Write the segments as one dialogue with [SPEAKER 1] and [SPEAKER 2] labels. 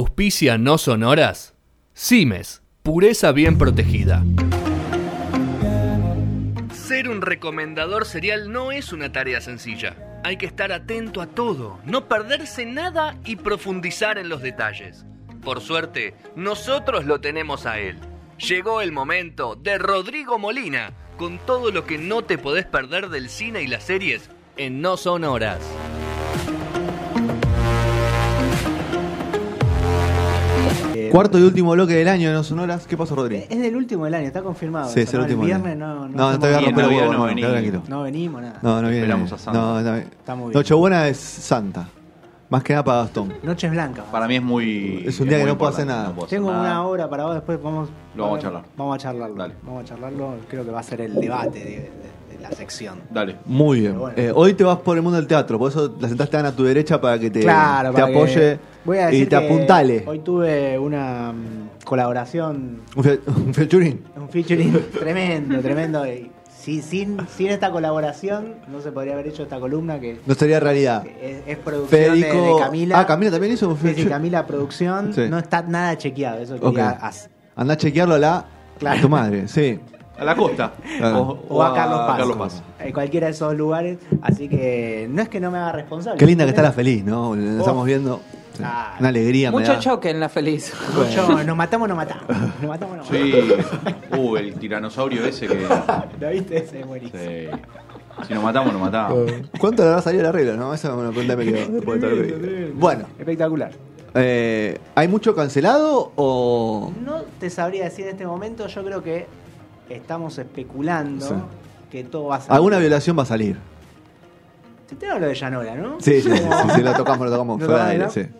[SPEAKER 1] Auspicia no sonoras. Cimes, pureza bien protegida. Ser un recomendador serial no es una tarea sencilla. Hay que estar atento a todo, no perderse nada y profundizar en los detalles. Por suerte, nosotros lo tenemos a él. Llegó el momento de Rodrigo Molina con todo lo que no te podés perder del cine y las series en No Son Horas.
[SPEAKER 2] Cuarto y último bloque del año de No Sonoras. ¿Qué pasó, Rodri?
[SPEAKER 3] Eh, Es del último del año, está confirmado.
[SPEAKER 2] Sí, es
[SPEAKER 3] eso,
[SPEAKER 2] el
[SPEAKER 3] Eh, ¿no?
[SPEAKER 2] último del
[SPEAKER 3] viernes no,
[SPEAKER 2] año. No, no te voy a
[SPEAKER 3] estamos-
[SPEAKER 2] romper
[SPEAKER 4] Bien,
[SPEAKER 2] los
[SPEAKER 4] Navidad
[SPEAKER 2] huevos,
[SPEAKER 4] no
[SPEAKER 2] no, te
[SPEAKER 4] venís.
[SPEAKER 2] tranquilo.
[SPEAKER 3] No venimos, nada.
[SPEAKER 2] No, no viene.
[SPEAKER 4] Esperamos a Santa.
[SPEAKER 2] No, no,
[SPEAKER 3] Está muy bien.
[SPEAKER 2] Nochebuena es Santa. Más que nada para Gastón.
[SPEAKER 3] Noches blancas.
[SPEAKER 4] Para mí es muy.
[SPEAKER 2] Es un día que
[SPEAKER 4] muy
[SPEAKER 2] no puedo hacer
[SPEAKER 4] importante,
[SPEAKER 2] nada.
[SPEAKER 4] no puedo hacer
[SPEAKER 3] Tengo
[SPEAKER 4] nada.
[SPEAKER 3] una hora para vos, después vamos...
[SPEAKER 4] Lo vamos a charlar.
[SPEAKER 3] Vamos a charlarlo.
[SPEAKER 4] Dale.
[SPEAKER 3] Vamos a charlarlo, creo que va a ser el debate de, de- de la sección.
[SPEAKER 4] Dale.
[SPEAKER 2] Muy bien.
[SPEAKER 3] Pero bueno.
[SPEAKER 2] Eh, hoy te vas por el mundo del teatro, por eso la sentaste a Ana a tu derecha para que te,
[SPEAKER 3] claro,
[SPEAKER 2] te
[SPEAKER 3] para que-
[SPEAKER 2] apoye
[SPEAKER 3] Voy a decir
[SPEAKER 2] y te
[SPEAKER 3] que
[SPEAKER 2] apuntale.
[SPEAKER 3] Hoy tuve una mm, colaboración,
[SPEAKER 2] Un, fe- un featuring.
[SPEAKER 3] un featuring tremendo, tremendo. Y si- sin, sin esta colaboración no se podría haber hecho esta columna que
[SPEAKER 2] No sería realidad.
[SPEAKER 3] es, es producción de- de,
[SPEAKER 2] Federico.
[SPEAKER 3] Camila.
[SPEAKER 2] Ah, Camila también hizo un
[SPEAKER 3] Sí, sí,
[SPEAKER 2] featuring.
[SPEAKER 3] Camila Producción
[SPEAKER 2] Sí.
[SPEAKER 3] no está nada chequeado. Eso
[SPEAKER 2] Ok.
[SPEAKER 3] quería as-
[SPEAKER 2] Andá a chequearlo a la.
[SPEAKER 3] Claro.
[SPEAKER 2] a tu madre, sí.
[SPEAKER 4] A la costa.
[SPEAKER 2] Claro.
[SPEAKER 3] O a Carlos Paz.
[SPEAKER 4] Carlos Paz.
[SPEAKER 3] Eh, cualquiera de esos lugares. Así que no es que no me haga responsable.
[SPEAKER 2] Qué linda que está la feliz, ¿no? La estamos viendo. Sí.
[SPEAKER 3] Ah.
[SPEAKER 2] Una alegría, me da.
[SPEAKER 5] Mucho choque en la feliz.
[SPEAKER 3] Yo, nos matamos, nos matamos. Nos matamos, nos matamos.
[SPEAKER 4] Sí. Uh, el tiranosaurio ese que.
[SPEAKER 3] ¿Lo viste? Ese es buenísimo.
[SPEAKER 4] Sí. Si nos matamos, nos matamos.
[SPEAKER 2] ¿Cuánto le habrá salido el arreglo, no? Esa es una pregunta que me quedó. después de todo lo que
[SPEAKER 3] Tremendo,
[SPEAKER 2] vi.
[SPEAKER 3] tremendo.
[SPEAKER 2] Bueno,
[SPEAKER 3] Espectacular.
[SPEAKER 2] eh, ¿hay mucho cancelado o.?
[SPEAKER 3] No te sabría decir en este momento. Yo creo que estamos especulando
[SPEAKER 2] Sí.
[SPEAKER 3] que todo va a ser.
[SPEAKER 2] ¿Alguna violación va a salir?
[SPEAKER 3] Te tengo lo de Llanola, ¿no?
[SPEAKER 2] Sí, sí, sí, sí, sí, lo tocamos, lo tocamos.
[SPEAKER 3] ¿Lo
[SPEAKER 2] fuera de
[SPEAKER 3] tocamos,
[SPEAKER 2] aire,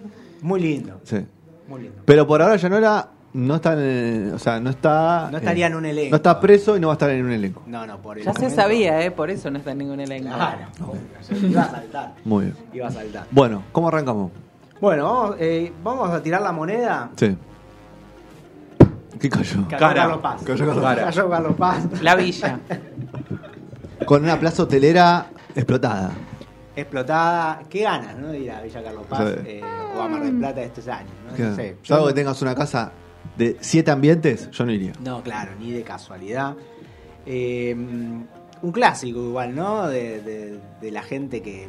[SPEAKER 3] Muy lindo.
[SPEAKER 2] sí, sí.
[SPEAKER 3] Muy lindo.
[SPEAKER 2] Pero por ahora Yanora no está en el- o sea, no está eh,
[SPEAKER 3] No estaría en un elenco.
[SPEAKER 2] No está preso y no va a estar en un elenco.
[SPEAKER 3] No, no, por el
[SPEAKER 5] Ya se
[SPEAKER 3] momento-
[SPEAKER 5] sabía, ¿eh? Por eso no está en ningún elenco.
[SPEAKER 3] Claro. Iba a saltar.
[SPEAKER 2] Muy bien.
[SPEAKER 3] Iba a saltar.
[SPEAKER 2] Bueno, ¿cómo arrancamos?
[SPEAKER 3] Bueno, vamos, eh, vamos a tirar la moneda.
[SPEAKER 2] Sí. ¿Qué cayó?
[SPEAKER 3] Cayó
[SPEAKER 4] Cara.
[SPEAKER 3] Carlos Paz.
[SPEAKER 2] Cayó Carlos
[SPEAKER 4] Paz.
[SPEAKER 3] Cayó Carlos Paz.
[SPEAKER 5] La villa.
[SPEAKER 2] Con una plaza hotelera explotada.
[SPEAKER 3] Explotada. Qué ganas, ¿no? De ir a Villa Carlos Paz
[SPEAKER 2] Sí.
[SPEAKER 3] eh, o a Mar del Plata estos años. No,
[SPEAKER 2] Claro.
[SPEAKER 3] No sé. Yo
[SPEAKER 2] Salvo
[SPEAKER 3] no-
[SPEAKER 2] que tengas una casa de siete ambientes, yo no iría.
[SPEAKER 3] No, claro, ni de casualidad. Eh, un clásico igual, ¿no? De, de- de la gente que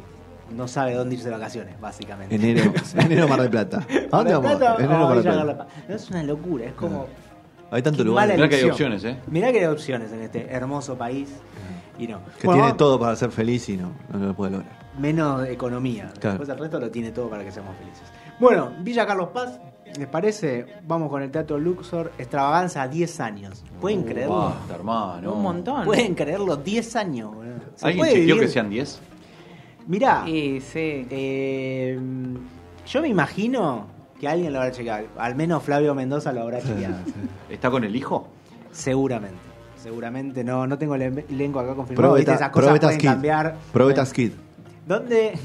[SPEAKER 3] no sabe dónde irse de vacaciones, básicamente.
[SPEAKER 2] Enero, enero Mar del Plata. ¿A
[SPEAKER 3] Mar del
[SPEAKER 2] dónde vamos?
[SPEAKER 3] Plata o
[SPEAKER 2] Enero Mar del
[SPEAKER 3] Villa
[SPEAKER 2] Plata.
[SPEAKER 3] Carlos Paz. No es una locura, es como...
[SPEAKER 2] Hay tantos
[SPEAKER 3] Qué
[SPEAKER 2] lugares
[SPEAKER 3] mala
[SPEAKER 4] Mirá que hay
[SPEAKER 3] elección.
[SPEAKER 4] opciones, ¿eh?
[SPEAKER 3] Mirá que hay opciones en este hermoso país. Y no.
[SPEAKER 2] que
[SPEAKER 3] Bueno,
[SPEAKER 2] tiene
[SPEAKER 3] vamos-
[SPEAKER 2] todo para ser feliz y no, no lo puede lograr.
[SPEAKER 3] menos economía.
[SPEAKER 2] Claro.
[SPEAKER 3] Después el resto lo tiene todo para que seamos felices. Bueno, Villa Carlos Paz, ¿les parece? Vamos con el Teatro Luxor, extravaganza a 10 años. ¿Pueden creerlo?
[SPEAKER 4] Uh, Basta, hermano.
[SPEAKER 5] Un montón.
[SPEAKER 3] ¿Pueden creerlo? 10 años, boludo. ¿Se
[SPEAKER 4] ¿Alguien
[SPEAKER 3] puede
[SPEAKER 4] chequeó
[SPEAKER 3] vivir?
[SPEAKER 4] que sean 10?
[SPEAKER 3] Mirá,
[SPEAKER 5] Y sí.
[SPEAKER 3] eh, yo me imagino que alguien lo habrá chequeado. Al menos Flavio Mendoza lo habrá chequeado.
[SPEAKER 4] ¿Está con el hijo?
[SPEAKER 3] Seguramente. Seguramente no, no tengo el em- elenco acá confirmado. ¿viste? Esas
[SPEAKER 2] Probeta,
[SPEAKER 3] cosas
[SPEAKER 2] Probetas
[SPEAKER 3] pueden
[SPEAKER 2] Kid.
[SPEAKER 3] cambiar.
[SPEAKER 2] Probetas Kid.
[SPEAKER 3] ¿Dónde?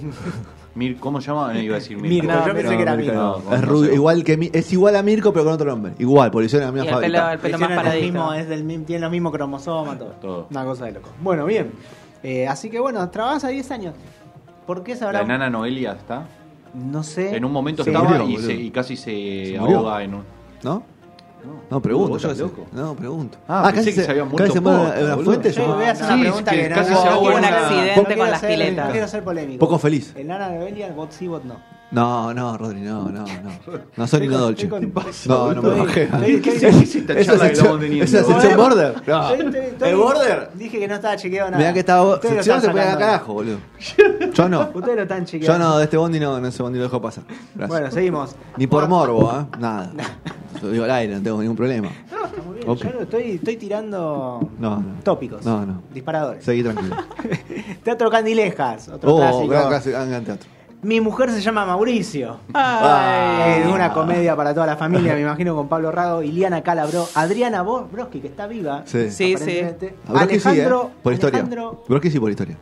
[SPEAKER 4] Mir, ¿Cómo se llama? No, iba a decir Mirko.
[SPEAKER 3] Mirko,
[SPEAKER 5] No,
[SPEAKER 3] yo pensé
[SPEAKER 5] no,
[SPEAKER 3] que era
[SPEAKER 2] Mirko
[SPEAKER 3] Mirko.
[SPEAKER 4] no.
[SPEAKER 2] Es, rubio,
[SPEAKER 4] sé.
[SPEAKER 2] igual que, Mi- es igual a Mirko, pero con otro nombre. Igual, porque hicieron la
[SPEAKER 5] Y
[SPEAKER 2] misma
[SPEAKER 5] el pelo,
[SPEAKER 2] fábrica.
[SPEAKER 5] el pelo
[SPEAKER 3] Hicieron
[SPEAKER 5] más
[SPEAKER 3] el mismo,
[SPEAKER 5] paradito.
[SPEAKER 3] es del mismo- tienen los mismos cromosomas, todo.
[SPEAKER 4] Todo.
[SPEAKER 3] Una cosa de loco. Bueno, bien. Eh, así que bueno, trabajas a 10 años. ¿Por qué sabrá?
[SPEAKER 4] La nana Noelia está.
[SPEAKER 3] No sé.
[SPEAKER 4] En un momento
[SPEAKER 3] Sí.
[SPEAKER 4] estaba
[SPEAKER 2] murió,
[SPEAKER 4] y,
[SPEAKER 2] boludo.
[SPEAKER 4] se- y casi se,
[SPEAKER 2] Se murió.
[SPEAKER 4] ahoga en un.
[SPEAKER 2] ¿No? No, pregunto.
[SPEAKER 4] Vos
[SPEAKER 2] yo
[SPEAKER 4] estás
[SPEAKER 2] qué sé.
[SPEAKER 4] loco.
[SPEAKER 2] No, pregunto.
[SPEAKER 4] Ah, pensé que se habían
[SPEAKER 2] casi
[SPEAKER 4] muerto
[SPEAKER 2] se muere
[SPEAKER 4] pocos,
[SPEAKER 2] en una
[SPEAKER 4] boludo.
[SPEAKER 2] fuente.
[SPEAKER 3] Yo
[SPEAKER 2] yo-
[SPEAKER 3] voy a hacer una
[SPEAKER 4] Sí,
[SPEAKER 3] pregunta
[SPEAKER 4] que
[SPEAKER 3] que, no,
[SPEAKER 4] casi
[SPEAKER 3] no,
[SPEAKER 4] se
[SPEAKER 3] no
[SPEAKER 4] ahoga
[SPEAKER 3] quiero
[SPEAKER 4] en
[SPEAKER 3] ser-
[SPEAKER 4] un
[SPEAKER 5] accidente
[SPEAKER 3] no quiero
[SPEAKER 5] con las
[SPEAKER 3] ser-
[SPEAKER 5] piletas.
[SPEAKER 3] No quiero ser polémico.
[SPEAKER 2] Poco feliz.
[SPEAKER 3] El nana de Belia, bot sí, bot no.
[SPEAKER 2] No, no, Rodri, no, no, no. No
[SPEAKER 3] Estoy
[SPEAKER 2] soy Nino
[SPEAKER 3] con-
[SPEAKER 2] Dolce.
[SPEAKER 3] estoy con-
[SPEAKER 2] No, no me
[SPEAKER 3] estoy-
[SPEAKER 2] bajé.
[SPEAKER 3] estoy- estoy-
[SPEAKER 2] Eso
[SPEAKER 4] estoy- esta
[SPEAKER 2] es
[SPEAKER 4] charla que
[SPEAKER 2] sección-
[SPEAKER 4] estamos teniendo.
[SPEAKER 2] eso es sección border. No.
[SPEAKER 3] Estoy- estoy- estoy-
[SPEAKER 2] ¿Es border?
[SPEAKER 3] Dije que no estaba chequeado nada.
[SPEAKER 2] Mirá que estaba.
[SPEAKER 3] Ustedes lo
[SPEAKER 2] Sección se
[SPEAKER 3] están
[SPEAKER 2] puede a
[SPEAKER 3] sacando.
[SPEAKER 2] carajo, boludo. Yo no.
[SPEAKER 3] Ustedes lo están chequeando.
[SPEAKER 2] Yo no, de este bondi no, no ese bondi lo dejo pasar. Gracias.
[SPEAKER 3] Bueno, seguimos.
[SPEAKER 2] Ni por
[SPEAKER 3] Bueno,
[SPEAKER 2] morbo, ¿eh? Nada. Lo digo al aire, no tengo ningún problema.
[SPEAKER 3] No, está muy bien.
[SPEAKER 2] Ok.
[SPEAKER 3] Yo no estoy, estoy tirando
[SPEAKER 2] No, no.
[SPEAKER 3] tópicos.
[SPEAKER 2] No, no.
[SPEAKER 3] Disparadores.
[SPEAKER 2] Seguí tranquilo.
[SPEAKER 3] Teatro Candilejas, otro
[SPEAKER 2] Oh,
[SPEAKER 3] clásico.
[SPEAKER 2] gran clase, gran, gran teatro.
[SPEAKER 3] Mi mujer se llama Mauricio.
[SPEAKER 5] Ay.
[SPEAKER 3] Eh, una comedia para toda la familia, me imagino, con Pablo Rago, Iliana Calabro, Adriana Bo- Broski, que está viva.
[SPEAKER 2] Sí.
[SPEAKER 5] Sí, sí.
[SPEAKER 3] aparentemente.
[SPEAKER 2] Broski sí, ¿eh?
[SPEAKER 3] Alejandro.
[SPEAKER 2] Por historia.
[SPEAKER 3] Alejandro-
[SPEAKER 2] Broski sí, por historia.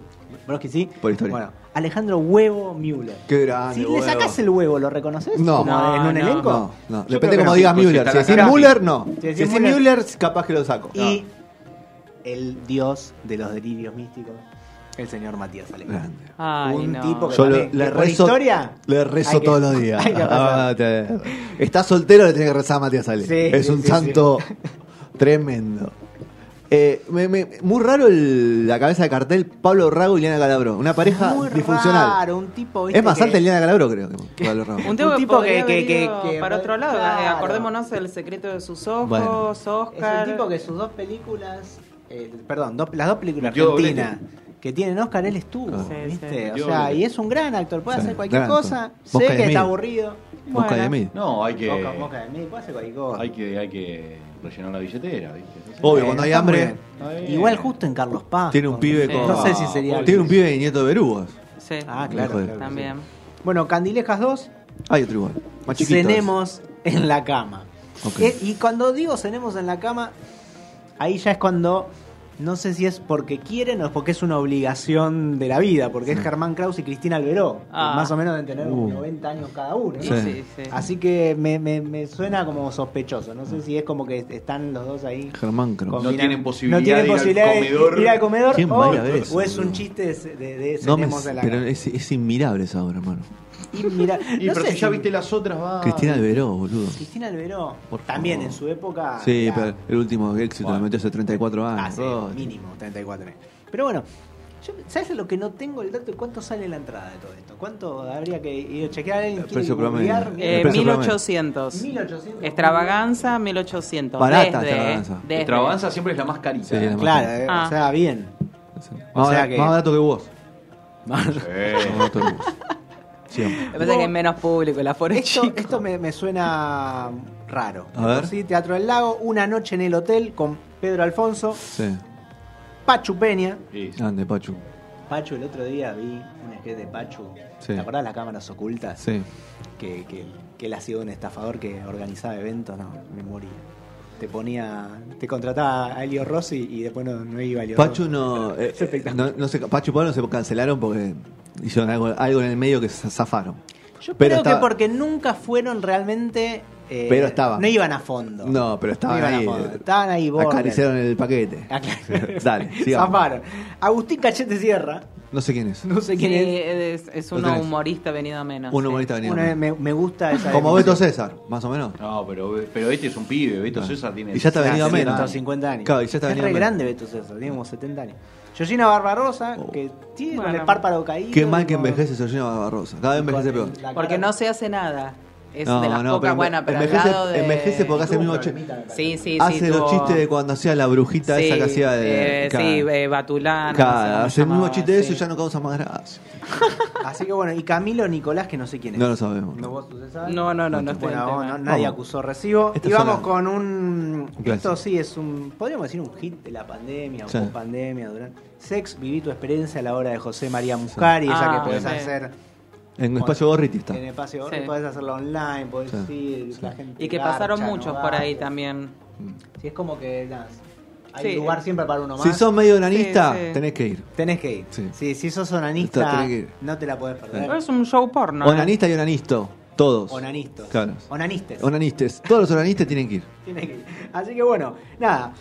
[SPEAKER 3] Broski sí.
[SPEAKER 2] Por historia.
[SPEAKER 3] Bueno, Alejandro Huevo Müller.
[SPEAKER 2] Qué grande,
[SPEAKER 3] Si
[SPEAKER 2] Huevo.
[SPEAKER 3] le sacas el huevo, ¿lo reconoces?
[SPEAKER 2] No.
[SPEAKER 3] Como ¿En un
[SPEAKER 5] No,
[SPEAKER 3] elenco?
[SPEAKER 2] No, no.
[SPEAKER 3] Yo
[SPEAKER 2] Depende
[SPEAKER 3] creo
[SPEAKER 2] como
[SPEAKER 3] que
[SPEAKER 2] digas
[SPEAKER 4] no.
[SPEAKER 2] Müller. Si
[SPEAKER 4] Pues si está
[SPEAKER 2] decís
[SPEAKER 4] la cara,
[SPEAKER 2] Müller, no. Si
[SPEAKER 3] Si decís
[SPEAKER 2] decís
[SPEAKER 3] Müller-
[SPEAKER 2] Müller, capaz que lo saco.
[SPEAKER 3] Y el dios de los delirios místicos, el señor Matías Alemán.
[SPEAKER 2] Grande.
[SPEAKER 5] Ay,
[SPEAKER 3] un
[SPEAKER 5] no.
[SPEAKER 3] tipo que
[SPEAKER 2] Yo
[SPEAKER 3] también-
[SPEAKER 2] le, le
[SPEAKER 3] que por
[SPEAKER 2] rezo,
[SPEAKER 3] historia,
[SPEAKER 2] le rezo
[SPEAKER 3] hay que-
[SPEAKER 2] todos los días.
[SPEAKER 3] hay que rezar.
[SPEAKER 2] Ah, te- Está soltero, le tiene que rezar a Matías Ale.
[SPEAKER 3] Sí,
[SPEAKER 2] es
[SPEAKER 3] sí,
[SPEAKER 2] un
[SPEAKER 3] sí,
[SPEAKER 2] santo tremendo. Eh, me- me- muy raro el- la cabeza de cartel Pablo Rago y Liana Calabro. Una pareja
[SPEAKER 3] Muy
[SPEAKER 2] disfuncional.
[SPEAKER 3] raro, un tipo, viste,
[SPEAKER 2] es más
[SPEAKER 3] que-
[SPEAKER 2] alta Liana Calabro, creo que Pablo Rago.
[SPEAKER 5] Un tipo,
[SPEAKER 3] Un tipo
[SPEAKER 5] que,
[SPEAKER 3] que- que- que-
[SPEAKER 5] para otro lado,
[SPEAKER 3] claro.
[SPEAKER 5] eh, acordémonos el secreto de sus ojos,
[SPEAKER 2] Bueno.
[SPEAKER 3] Es
[SPEAKER 5] Oscar.
[SPEAKER 3] un tipo que sus dos películas, eh, perdón, do- las dos películas
[SPEAKER 4] Metió doblete.
[SPEAKER 3] argentinas que tienen Oscar, él estuvo,
[SPEAKER 5] Sí, sí.
[SPEAKER 3] ¿viste?
[SPEAKER 4] Metió
[SPEAKER 3] O sea,
[SPEAKER 4] doblete.
[SPEAKER 3] y es un gran actor, puede
[SPEAKER 2] Sí,
[SPEAKER 3] hacer cualquier
[SPEAKER 2] gran
[SPEAKER 3] cosa.
[SPEAKER 2] actor.
[SPEAKER 3] Sé
[SPEAKER 2] Mosca
[SPEAKER 3] que
[SPEAKER 2] de mil.
[SPEAKER 3] está aburrido.
[SPEAKER 2] Mosca
[SPEAKER 5] Bueno.
[SPEAKER 2] de mil.
[SPEAKER 4] No, hay que,
[SPEAKER 3] Boca, boca de mí, puede hacer cualquier cosa.
[SPEAKER 4] hay que. Hay que rellenar la billetera, ¿viste? Entonces,
[SPEAKER 2] Obvio,
[SPEAKER 3] Eh,
[SPEAKER 2] cuando hay
[SPEAKER 3] está muy
[SPEAKER 2] hambre,
[SPEAKER 3] bien.
[SPEAKER 4] Está bien.
[SPEAKER 3] Igual justo en Carlos Paz.
[SPEAKER 2] Tiene un pibe
[SPEAKER 5] con-
[SPEAKER 3] No sé si sería.
[SPEAKER 2] Tiene un pibe de nieto de Berugos.
[SPEAKER 5] Sí,
[SPEAKER 3] Ah, claro.
[SPEAKER 2] Hijo de-
[SPEAKER 3] claro que sí.
[SPEAKER 5] también.
[SPEAKER 3] Bueno, Candilejas 2,
[SPEAKER 2] Hay otro igual. Más chiquito. es.
[SPEAKER 3] cenemos en la cama.
[SPEAKER 2] Ok.
[SPEAKER 3] Eh, Y cuando digo cenemos en la cama, ahí ya es cuando. No sé si es porque quieren o es porque es una obligación de la vida, porque es Germán Kraus y Cristina Alberó. que
[SPEAKER 5] Ah.
[SPEAKER 3] Más o menos deben tener
[SPEAKER 2] Uh.
[SPEAKER 3] 90 años cada uno. ¿no?
[SPEAKER 5] Sí,
[SPEAKER 2] Sí.
[SPEAKER 5] sí, sí.
[SPEAKER 3] Así que me, me- me suena como sospechoso. No
[SPEAKER 2] Ah.
[SPEAKER 3] sé si es como que están los dos ahí.
[SPEAKER 2] Germán Cross.
[SPEAKER 4] No
[SPEAKER 3] combinando.
[SPEAKER 4] tienen posibilidad
[SPEAKER 3] No tienen
[SPEAKER 4] de ir al
[SPEAKER 3] posibilidad de
[SPEAKER 4] comedor.
[SPEAKER 3] ir al comedor.
[SPEAKER 2] ¿Quién
[SPEAKER 3] o,
[SPEAKER 2] va a ir a ver eso,
[SPEAKER 3] o es un
[SPEAKER 2] boludo?
[SPEAKER 3] chiste de, de, de
[SPEAKER 2] No me,
[SPEAKER 3] cenemos en la
[SPEAKER 2] pero
[SPEAKER 3] cama.
[SPEAKER 2] es, es inmirable esa obra, hermano.
[SPEAKER 3] Y mira,
[SPEAKER 4] Y
[SPEAKER 3] no
[SPEAKER 4] pero
[SPEAKER 3] sé
[SPEAKER 4] si ya
[SPEAKER 3] si-
[SPEAKER 4] viste las otras, va.
[SPEAKER 2] Cristina Alberó, boludo.
[SPEAKER 3] Cristina Alberó,
[SPEAKER 2] Por
[SPEAKER 3] también
[SPEAKER 2] favor.
[SPEAKER 3] en su época.
[SPEAKER 2] Sí,
[SPEAKER 3] era-
[SPEAKER 2] pero el último éxito
[SPEAKER 4] Bueno.
[SPEAKER 2] lo metió hace 34 años.
[SPEAKER 3] hace
[SPEAKER 2] Oh,
[SPEAKER 3] mínimo 34 años. Pero bueno, yo, ¿sabes lo que no tengo el dato de cuánto sale la entrada de todo esto? ¿Cuánto habría que ir a chequear? ¿Alguien
[SPEAKER 2] El
[SPEAKER 3] quiere
[SPEAKER 2] precio promedio.
[SPEAKER 3] googlear?
[SPEAKER 2] El
[SPEAKER 5] Eh,
[SPEAKER 2] precio promedio.
[SPEAKER 5] 1800.
[SPEAKER 3] 1800.
[SPEAKER 5] Extravaganza, 1800.
[SPEAKER 2] Barata
[SPEAKER 5] desde,
[SPEAKER 2] extravaganza.
[SPEAKER 5] desde-
[SPEAKER 4] Extravaganza siempre es la más carita.
[SPEAKER 2] Sí, la más-
[SPEAKER 3] Claro, eh,
[SPEAKER 5] Ah.
[SPEAKER 3] o sea, bien.
[SPEAKER 2] Sí. Más,
[SPEAKER 3] O sea
[SPEAKER 2] barato-
[SPEAKER 3] que-
[SPEAKER 2] más barato que vos.
[SPEAKER 4] Sí.
[SPEAKER 2] Más barato que vos. Siempre.
[SPEAKER 5] Me parece que es menos público, la foresta.
[SPEAKER 3] Esto, esto me, me suena raro.
[SPEAKER 2] A ver.
[SPEAKER 3] Por sí, Teatro del Lago, Una Noche en el Hotel con Pedro Alfonso,
[SPEAKER 2] Sí.
[SPEAKER 3] Pachu Peña.
[SPEAKER 4] Sí.
[SPEAKER 2] Grande, Pachu.
[SPEAKER 3] Pachu, el otro día vi un sketch de Pachu.
[SPEAKER 2] Sí.
[SPEAKER 3] ¿Te acordás las cámaras ocultas?
[SPEAKER 2] Sí.
[SPEAKER 3] que, que- que él ha sido un estafador que organizaba eventos, no, me moría. Te ponía, te contrataba a Elio Rossi y después no, no iba a Elio
[SPEAKER 2] Pachu
[SPEAKER 3] Rossi.
[SPEAKER 2] no. eh,
[SPEAKER 3] Es espectacular.
[SPEAKER 2] no, no se, Pachu y Pablo se cancelaron porque hicieron algo, algo en el medio que se zafaron.
[SPEAKER 3] Yo
[SPEAKER 2] pero
[SPEAKER 3] creo
[SPEAKER 2] estaba-
[SPEAKER 3] que porque nunca fueron realmente. eh,
[SPEAKER 2] Pero estaba.
[SPEAKER 3] No iban a fondo.
[SPEAKER 2] No, pero estaban
[SPEAKER 3] iban
[SPEAKER 2] ahí. eh,
[SPEAKER 3] A fondo. Estaban ahí, border.
[SPEAKER 2] Acariciaron el paquete.
[SPEAKER 3] Ah, claro.
[SPEAKER 2] Dale, sigamos.
[SPEAKER 3] Zafaron. Agustín Cachete Sierra,
[SPEAKER 2] No sé quién es.
[SPEAKER 3] no sé
[SPEAKER 5] Sí,
[SPEAKER 3] quién es.
[SPEAKER 5] es, es uno
[SPEAKER 2] Lo tenés.
[SPEAKER 5] humorista venido a menos.
[SPEAKER 2] Un
[SPEAKER 5] sí.
[SPEAKER 2] humorista venido.
[SPEAKER 3] Una- me, me gusta esa.
[SPEAKER 2] Como Beto
[SPEAKER 3] definición.
[SPEAKER 2] César, más o menos.
[SPEAKER 4] No, pero, pero este es un pibe, Beto César tiene.
[SPEAKER 2] Ah. Y ya está
[SPEAKER 3] Hace
[SPEAKER 2] venido a menos.
[SPEAKER 3] 150 años.
[SPEAKER 2] Claro, y ya está
[SPEAKER 3] es
[SPEAKER 2] venido
[SPEAKER 3] re
[SPEAKER 2] a menos.
[SPEAKER 3] grande Beto César, tiene como 70 años. Georgina Barbarosa,
[SPEAKER 2] Oh.
[SPEAKER 3] que tiene con
[SPEAKER 5] Bueno.
[SPEAKER 3] el párpado caído.
[SPEAKER 2] Qué mal que
[SPEAKER 3] como-
[SPEAKER 2] envejece Sergio Barbarosa. Cada vez envejece peor.
[SPEAKER 5] Porque no se hace nada. Es de las pocas
[SPEAKER 2] pero
[SPEAKER 5] buenas, pero al
[SPEAKER 2] envejece,
[SPEAKER 5] lado de...
[SPEAKER 2] envejece porque hace el mismo chiste.
[SPEAKER 5] Sí, sí,
[SPEAKER 2] hace
[SPEAKER 5] sí.
[SPEAKER 2] los
[SPEAKER 5] tuvo-
[SPEAKER 2] chistes de cuando hacía la brujita esa que hacía de.
[SPEAKER 5] eh,
[SPEAKER 2] Claro.
[SPEAKER 5] Sí, eh, Batulán.
[SPEAKER 2] Claro, hace el mismo chiste de eso y ya
[SPEAKER 5] no.
[SPEAKER 2] no causa más gracia.
[SPEAKER 3] Así que bueno, y Camilo Nicolás, que no sé quién es.
[SPEAKER 2] No lo sabemos.
[SPEAKER 3] No, vos, Susan, ¿sabes?
[SPEAKER 5] No, no, no, no estoy
[SPEAKER 3] Bueno,
[SPEAKER 5] en
[SPEAKER 3] no,
[SPEAKER 5] tema.
[SPEAKER 3] nadie
[SPEAKER 2] Vamos.
[SPEAKER 3] acusó recibo.
[SPEAKER 2] Esta
[SPEAKER 3] y vamos
[SPEAKER 2] sola.
[SPEAKER 3] con un.
[SPEAKER 2] Un clásico.
[SPEAKER 3] Esto sí es un. Podríamos decir un hit de la pandemia o
[SPEAKER 2] Sí.
[SPEAKER 3] post pandemia. Durante... Sex, viví tu experiencia a la hora de José María Muscari, esa
[SPEAKER 5] Ah,
[SPEAKER 3] que podés
[SPEAKER 5] sí.
[SPEAKER 3] hacer
[SPEAKER 2] En espacio Gorriti está.
[SPEAKER 3] en espacio,
[SPEAKER 5] Sí.
[SPEAKER 3] podés hacerlo online, podés
[SPEAKER 2] Sí.
[SPEAKER 3] ir, la gente.
[SPEAKER 5] Y que
[SPEAKER 3] garcha,
[SPEAKER 5] pasaron
[SPEAKER 3] no
[SPEAKER 5] muchos por ahí
[SPEAKER 3] garcha.
[SPEAKER 5] también.
[SPEAKER 3] Sí, es como que nada, hay
[SPEAKER 5] Sí.
[SPEAKER 3] lugar siempre para uno más.
[SPEAKER 2] Mm. Si sos medio nanista,
[SPEAKER 5] Sí, sí.
[SPEAKER 2] tenés que ir.
[SPEAKER 3] Tenés que ir.
[SPEAKER 2] Sí.
[SPEAKER 3] Sí, si sos
[SPEAKER 2] Está,
[SPEAKER 3] onanista,
[SPEAKER 2] tenés que ir.
[SPEAKER 3] no te la podés perder.
[SPEAKER 5] Pero es un show porno. ¿no?
[SPEAKER 2] Onanista y onanisto. Todos.
[SPEAKER 3] Onanistas.
[SPEAKER 2] Claro.
[SPEAKER 3] Onanistes.
[SPEAKER 2] Onanistes. Todos los onanistas tienen que ir.
[SPEAKER 3] Tiene que- Así que bueno, nada.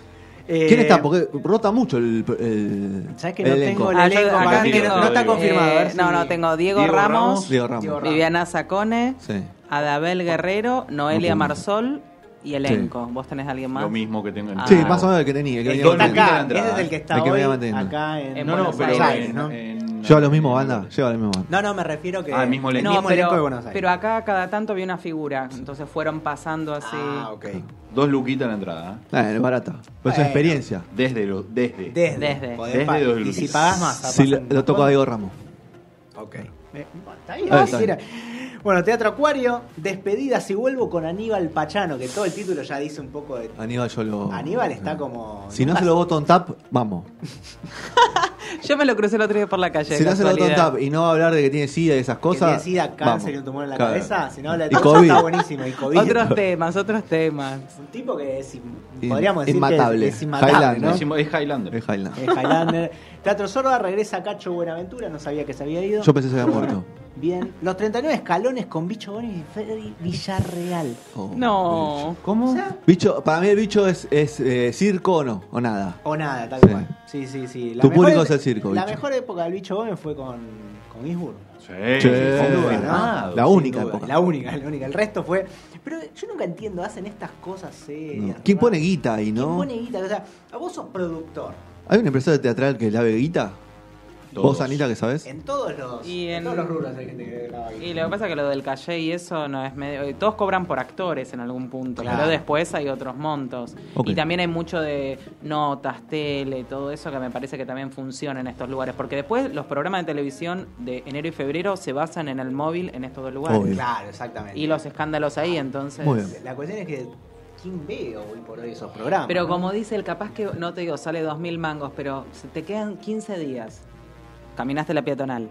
[SPEAKER 3] Eh,
[SPEAKER 2] ¿Quién está? Porque rota mucho el. el
[SPEAKER 3] ¿Sabés que no
[SPEAKER 2] elenco.
[SPEAKER 3] tengo
[SPEAKER 5] Ah, yo
[SPEAKER 3] elenco
[SPEAKER 5] acá
[SPEAKER 3] para
[SPEAKER 4] mí que
[SPEAKER 5] tengo-
[SPEAKER 4] no está
[SPEAKER 3] confirmado, a ver
[SPEAKER 5] eh,
[SPEAKER 3] si-
[SPEAKER 5] No, no, tengo Diego,
[SPEAKER 4] Diego
[SPEAKER 5] Ramos,
[SPEAKER 4] Ramos,
[SPEAKER 2] Diego Ramos.
[SPEAKER 5] Viviana Sacone,
[SPEAKER 2] Sí.
[SPEAKER 5] Adabel Guerrero, Noelia
[SPEAKER 2] No, no.
[SPEAKER 5] Marsol y elenco. ¿Vos tenés alguien más?
[SPEAKER 4] Lo mismo que tengo en
[SPEAKER 5] Ah.
[SPEAKER 2] Sí, más o menos el que tenía. el que
[SPEAKER 3] El
[SPEAKER 2] venía
[SPEAKER 3] que está
[SPEAKER 2] manteniendo.
[SPEAKER 3] acá,
[SPEAKER 4] la entrada.
[SPEAKER 3] ese es el que está
[SPEAKER 2] El que
[SPEAKER 3] hoy
[SPEAKER 2] venía manteniendo.
[SPEAKER 3] acá en,
[SPEAKER 5] En
[SPEAKER 4] No, no,
[SPEAKER 5] Buenos
[SPEAKER 4] pero.
[SPEAKER 5] Aires,
[SPEAKER 4] en-
[SPEAKER 3] ¿no?
[SPEAKER 4] en-
[SPEAKER 2] Lleva los mismos banda. Lleva los mismos banda.
[SPEAKER 3] no, no, me refiero que
[SPEAKER 4] Eh. Ah, el mismo elenco.
[SPEAKER 3] el
[SPEAKER 5] No, pero,
[SPEAKER 3] de Buenos Aires.
[SPEAKER 5] pero acá cada tanto había una figura, entonces fueron pasando así.
[SPEAKER 3] Ah, ok.
[SPEAKER 4] Dos luquitas en la entrada. ¿eh?
[SPEAKER 2] Ah, es barata. Pero es
[SPEAKER 3] Bueno.
[SPEAKER 2] una experiencia.
[SPEAKER 4] Desde. Lo, desde.
[SPEAKER 3] Desde.
[SPEAKER 5] Desde.
[SPEAKER 3] podés
[SPEAKER 4] Desde
[SPEAKER 3] pagar.
[SPEAKER 4] dos
[SPEAKER 3] y si
[SPEAKER 4] lucas.
[SPEAKER 3] pagás más.
[SPEAKER 2] Si
[SPEAKER 3] capaz
[SPEAKER 2] lo,
[SPEAKER 3] en-
[SPEAKER 2] lo tocó a Diego Ramos.
[SPEAKER 3] Ok. Eh, bueno, está bien,
[SPEAKER 2] Ah,
[SPEAKER 3] lo
[SPEAKER 2] está
[SPEAKER 3] que
[SPEAKER 2] bien.
[SPEAKER 3] quiera. Bueno, Teatro Acuario, Despedidas y vuelvo con Aníbal Pachano, que todo el título ya dice un poco de...
[SPEAKER 2] Aníbal yo lo.
[SPEAKER 3] Aníbal está como-
[SPEAKER 2] Si no se lo botón tap, vamos.
[SPEAKER 5] Yo me lo crucé el otro día por la calle.
[SPEAKER 2] Si
[SPEAKER 5] de
[SPEAKER 2] no se lo botón
[SPEAKER 5] casualidad.
[SPEAKER 2] tap y no va a hablar de que tiene sida y esas cosas.
[SPEAKER 3] que tiene sida, cáncer
[SPEAKER 2] vamos.
[SPEAKER 3] y un tumor en la
[SPEAKER 2] Claro.
[SPEAKER 3] cabeza, si no habla de
[SPEAKER 2] Y
[SPEAKER 3] todo eso,
[SPEAKER 2] COVID.
[SPEAKER 3] está buenísimo. Y COVID.
[SPEAKER 5] Otros temas, otros temas.
[SPEAKER 3] Un tipo que es,
[SPEAKER 2] In-
[SPEAKER 3] podríamos decir
[SPEAKER 2] inmatable.
[SPEAKER 3] que es, es inmatable,
[SPEAKER 2] Highlander.
[SPEAKER 3] ¿no?
[SPEAKER 4] Decimos, Es Highlander.
[SPEAKER 2] Es Highland.
[SPEAKER 3] Es Highlander. Teatro Sorda regresa Cacho Buenaventura, no sabía que se había ido.
[SPEAKER 2] Yo pensé que se había muerto.
[SPEAKER 3] Bien. Los 39 escalones con Bicho Boris y Freddy Villarreal.
[SPEAKER 2] Oh.
[SPEAKER 5] No.
[SPEAKER 3] O
[SPEAKER 4] ¿Cómo?
[SPEAKER 3] sea,
[SPEAKER 2] Bicho, para mí el bicho es, es eh, circo o no, o nada.
[SPEAKER 3] o nada, tal
[SPEAKER 2] Sí.
[SPEAKER 3] cual. Sí, sí, sí.
[SPEAKER 2] Tu
[SPEAKER 3] mejor
[SPEAKER 2] público
[SPEAKER 3] e-
[SPEAKER 2] es el circo,
[SPEAKER 3] La
[SPEAKER 2] Bicho.
[SPEAKER 3] mejor época del Bicho Gómez fue con, con Eastwood.
[SPEAKER 4] Sí,
[SPEAKER 2] Che,
[SPEAKER 4] sin duda,
[SPEAKER 2] ¿no?
[SPEAKER 4] nada.
[SPEAKER 2] La
[SPEAKER 3] Sin
[SPEAKER 2] única
[SPEAKER 3] duda,
[SPEAKER 2] época.
[SPEAKER 3] La única, la única. El resto fue. Pero yo nunca entiendo, hacen estas cosas serias.
[SPEAKER 2] ¿Quién
[SPEAKER 3] ¿verdad?
[SPEAKER 2] pone guita ahí,
[SPEAKER 3] ¿Quién
[SPEAKER 2] no?
[SPEAKER 3] pone guita? O sea, a vos sos productor.
[SPEAKER 2] ¿Hay un empresario teatral que lave guita?
[SPEAKER 4] Todos.
[SPEAKER 2] ¿Vos, Anita, que sabés?
[SPEAKER 3] En todos los,
[SPEAKER 5] Y
[SPEAKER 3] en...
[SPEAKER 5] en-
[SPEAKER 3] todos los rubros hay gente que graba guita.
[SPEAKER 5] Y lo que pasa es que lo del calle y eso no es medio. eh, Todos cobran por actores en algún punto,
[SPEAKER 3] Claro.
[SPEAKER 5] pero después hay otros montos.
[SPEAKER 2] Ok.
[SPEAKER 5] Y también hay mucho de notas, tele, todo eso que me parece que también funciona en estos lugares. Porque después los programas de televisión de enero y febrero se basan en el móvil en estos dos lugares.
[SPEAKER 2] Obvio.
[SPEAKER 3] Claro, exactamente.
[SPEAKER 5] Y los escándalos ahí, entonces.
[SPEAKER 2] Muy bien.
[SPEAKER 3] La cuestión es que. ¿Quién ve hoy por hoy esos programas?
[SPEAKER 5] Pero
[SPEAKER 3] no?
[SPEAKER 5] como dice el capaz que, no te digo, sale 2.000 mangos, pero se te quedan 15 días. Caminaste la peatonal.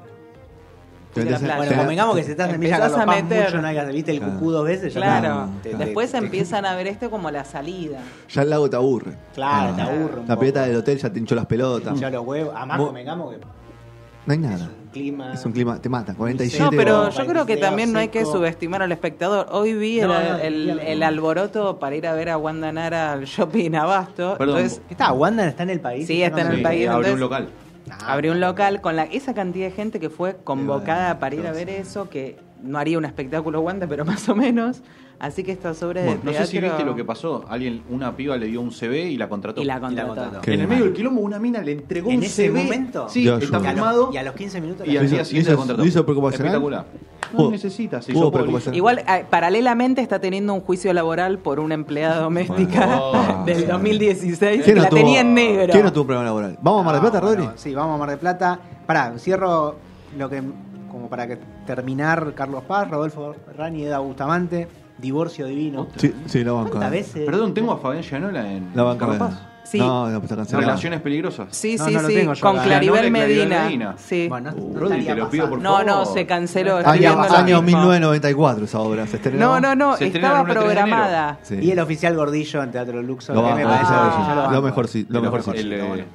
[SPEAKER 2] Te
[SPEAKER 5] de la
[SPEAKER 2] metes en-
[SPEAKER 5] playa.
[SPEAKER 2] te-
[SPEAKER 3] Bueno, convengamos que se estás en Villa
[SPEAKER 5] Empezás
[SPEAKER 3] Carlos
[SPEAKER 5] a
[SPEAKER 3] Paz
[SPEAKER 5] meter.
[SPEAKER 3] mucho, no hay que- viste el
[SPEAKER 2] Claro.
[SPEAKER 3] cucú dos veces. ya
[SPEAKER 5] Claro.
[SPEAKER 3] está. Te- te-
[SPEAKER 5] Después
[SPEAKER 3] te-
[SPEAKER 5] empiezan a ver esto como la salida.
[SPEAKER 2] Ya el lago te aburre.
[SPEAKER 3] Claro,
[SPEAKER 2] Ah.
[SPEAKER 3] te aburre un
[SPEAKER 2] La
[SPEAKER 3] poco.
[SPEAKER 2] pileta del hotel ya te hinchó las pelotas.
[SPEAKER 3] Ya los huevos. Además,
[SPEAKER 2] Mu-
[SPEAKER 3] convengamos que
[SPEAKER 2] No hay
[SPEAKER 3] es
[SPEAKER 2] nada.
[SPEAKER 3] un clima.
[SPEAKER 2] Es un clima, te mata. 47
[SPEAKER 5] No, pero
[SPEAKER 2] grados.
[SPEAKER 5] yo creo que también no hay que
[SPEAKER 3] Seco.
[SPEAKER 5] subestimar al espectador. Hoy vi el,
[SPEAKER 3] No, no,
[SPEAKER 5] el-
[SPEAKER 3] no.
[SPEAKER 5] el alboroto para ir a ver a Wanda Nara al shopping Abasto.
[SPEAKER 4] Perdón,
[SPEAKER 5] Entonces
[SPEAKER 3] ¿Qué está? ¿Wanda está en el país?
[SPEAKER 5] Sí, está en el
[SPEAKER 4] Sí,
[SPEAKER 5] país,
[SPEAKER 4] abrió
[SPEAKER 5] entonces-
[SPEAKER 4] un local.
[SPEAKER 3] Nah.
[SPEAKER 5] abrió un local con la, esa cantidad de gente que fue convocada para ir a ver eso, que no haría un espectáculo Wanda, pero más o menos. Así que estas obras
[SPEAKER 2] Bueno,
[SPEAKER 5] de
[SPEAKER 4] No sé si
[SPEAKER 5] teatro-
[SPEAKER 4] viste lo que pasó. Alguien, una piba le dio un CV y la contrató.
[SPEAKER 5] Y la
[SPEAKER 3] Y la
[SPEAKER 5] contrató.
[SPEAKER 3] contrató.
[SPEAKER 2] Qué
[SPEAKER 4] en el
[SPEAKER 2] mal.
[SPEAKER 4] medio del quilombo una mina le entregó
[SPEAKER 3] ¿En
[SPEAKER 4] un
[SPEAKER 3] ese
[SPEAKER 4] CV.
[SPEAKER 3] momento?
[SPEAKER 4] Sí,
[SPEAKER 2] Yo
[SPEAKER 4] está
[SPEAKER 2] ayudo.
[SPEAKER 3] Y a,
[SPEAKER 4] firmado
[SPEAKER 3] los, y a los 15 minutos.
[SPEAKER 4] y
[SPEAKER 3] la-
[SPEAKER 4] al
[SPEAKER 2] ¿Lo
[SPEAKER 4] día
[SPEAKER 2] hizo- lo
[SPEAKER 4] siguiente la
[SPEAKER 2] hizo-
[SPEAKER 4] contrató.
[SPEAKER 2] lo hizo preocupacional?
[SPEAKER 4] Espectacular.
[SPEAKER 2] Hubo-
[SPEAKER 4] No necesita, se
[SPEAKER 2] hubo
[SPEAKER 4] hizo
[SPEAKER 2] preocupación.
[SPEAKER 4] público.
[SPEAKER 5] Igual, eh, paralelamente está teniendo un juicio laboral por una empleada doméstica
[SPEAKER 3] Ah,
[SPEAKER 4] Bueno.
[SPEAKER 5] del 2016 que
[SPEAKER 2] ¿Quién no
[SPEAKER 5] la
[SPEAKER 2] tuvo-
[SPEAKER 5] tenía en negro.
[SPEAKER 2] ¿Quién no tuvo un problema laboral? ¿Vamos a Mar del Plata,
[SPEAKER 3] No,
[SPEAKER 2] Rodri?
[SPEAKER 3] bueno, sí, vamos a Mar del Plata. Pará, cierro lo que. Como para que terminar, Carlos Paz, Rodolfo Rani, Eda Bustamante, Divorcio Divino.
[SPEAKER 2] Sí, sí, la banca. eh.
[SPEAKER 3] ¿Cuántas veces?
[SPEAKER 4] Perdón, tengo a Fabián Llanola en
[SPEAKER 2] La banca.
[SPEAKER 4] Carlos Paz.
[SPEAKER 2] Paz.
[SPEAKER 5] Sí.
[SPEAKER 2] No, no, está cancelado.
[SPEAKER 4] Relaciones peligrosas.
[SPEAKER 5] Sí,
[SPEAKER 3] No,
[SPEAKER 5] sí,
[SPEAKER 3] no lo
[SPEAKER 5] sí,
[SPEAKER 3] tengo yo
[SPEAKER 5] con
[SPEAKER 3] acá.
[SPEAKER 5] Claribel
[SPEAKER 4] Anota Claribel
[SPEAKER 5] Medina.
[SPEAKER 4] Medina.
[SPEAKER 5] Sí.
[SPEAKER 3] Bueno, no,
[SPEAKER 4] Uh,
[SPEAKER 3] no
[SPEAKER 4] Rodri,
[SPEAKER 3] estaría
[SPEAKER 4] te lo pido,
[SPEAKER 3] pasando.
[SPEAKER 4] por
[SPEAKER 5] no, no,
[SPEAKER 4] favor.
[SPEAKER 5] se canceló. estoy
[SPEAKER 2] Año,
[SPEAKER 5] viendo lo
[SPEAKER 2] año
[SPEAKER 5] mismo.
[SPEAKER 2] 1994 esa obra se estrenó.
[SPEAKER 5] No, no, no,
[SPEAKER 4] Se
[SPEAKER 5] estaba
[SPEAKER 4] estrenaron el 3 de
[SPEAKER 5] programada.
[SPEAKER 2] Sí.
[SPEAKER 3] Y el oficial Gordillo en Teatro Luxor.
[SPEAKER 2] Lo
[SPEAKER 3] que
[SPEAKER 2] banco,
[SPEAKER 3] me
[SPEAKER 2] el
[SPEAKER 3] parece
[SPEAKER 2] oficial
[SPEAKER 5] ah,
[SPEAKER 3] maravilloso, yo
[SPEAKER 2] Gordillo.
[SPEAKER 3] banco.
[SPEAKER 2] Lo mejor sí, lo
[SPEAKER 4] El-
[SPEAKER 2] mejor
[SPEAKER 4] el,
[SPEAKER 2] sí.
[SPEAKER 4] eh,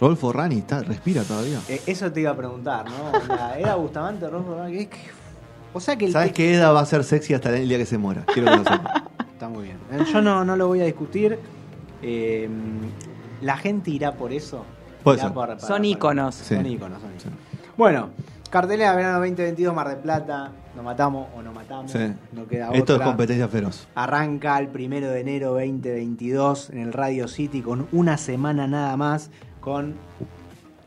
[SPEAKER 2] Rodolfo Rani está, respira todavía.
[SPEAKER 3] Eh, eso te iba a preguntar, ¿no? Onda, Era Bustamante, Rodolfo Rani. es que- O sea que el.
[SPEAKER 2] ¿Sabes que Eda va a ser sexy hasta el día que se muera? Quiero que lo sepas.
[SPEAKER 3] Está muy bien. Eh, Yo no, no lo voy a discutir. Eh, la gente irá por eso.
[SPEAKER 2] Puede
[SPEAKER 3] Irá
[SPEAKER 2] ser.
[SPEAKER 3] por-
[SPEAKER 5] Son íconos.
[SPEAKER 2] Sí.
[SPEAKER 3] Son íconos. son íconos. Bueno, cartelera de verano 2022, Mar del Plata. Nos matamos o no matamos.
[SPEAKER 2] Sí.
[SPEAKER 3] No queda
[SPEAKER 2] Esto es
[SPEAKER 3] otra.
[SPEAKER 2] competencia feroz.
[SPEAKER 3] Arranca el primero de enero 2022 en el Radio City con una semana nada más con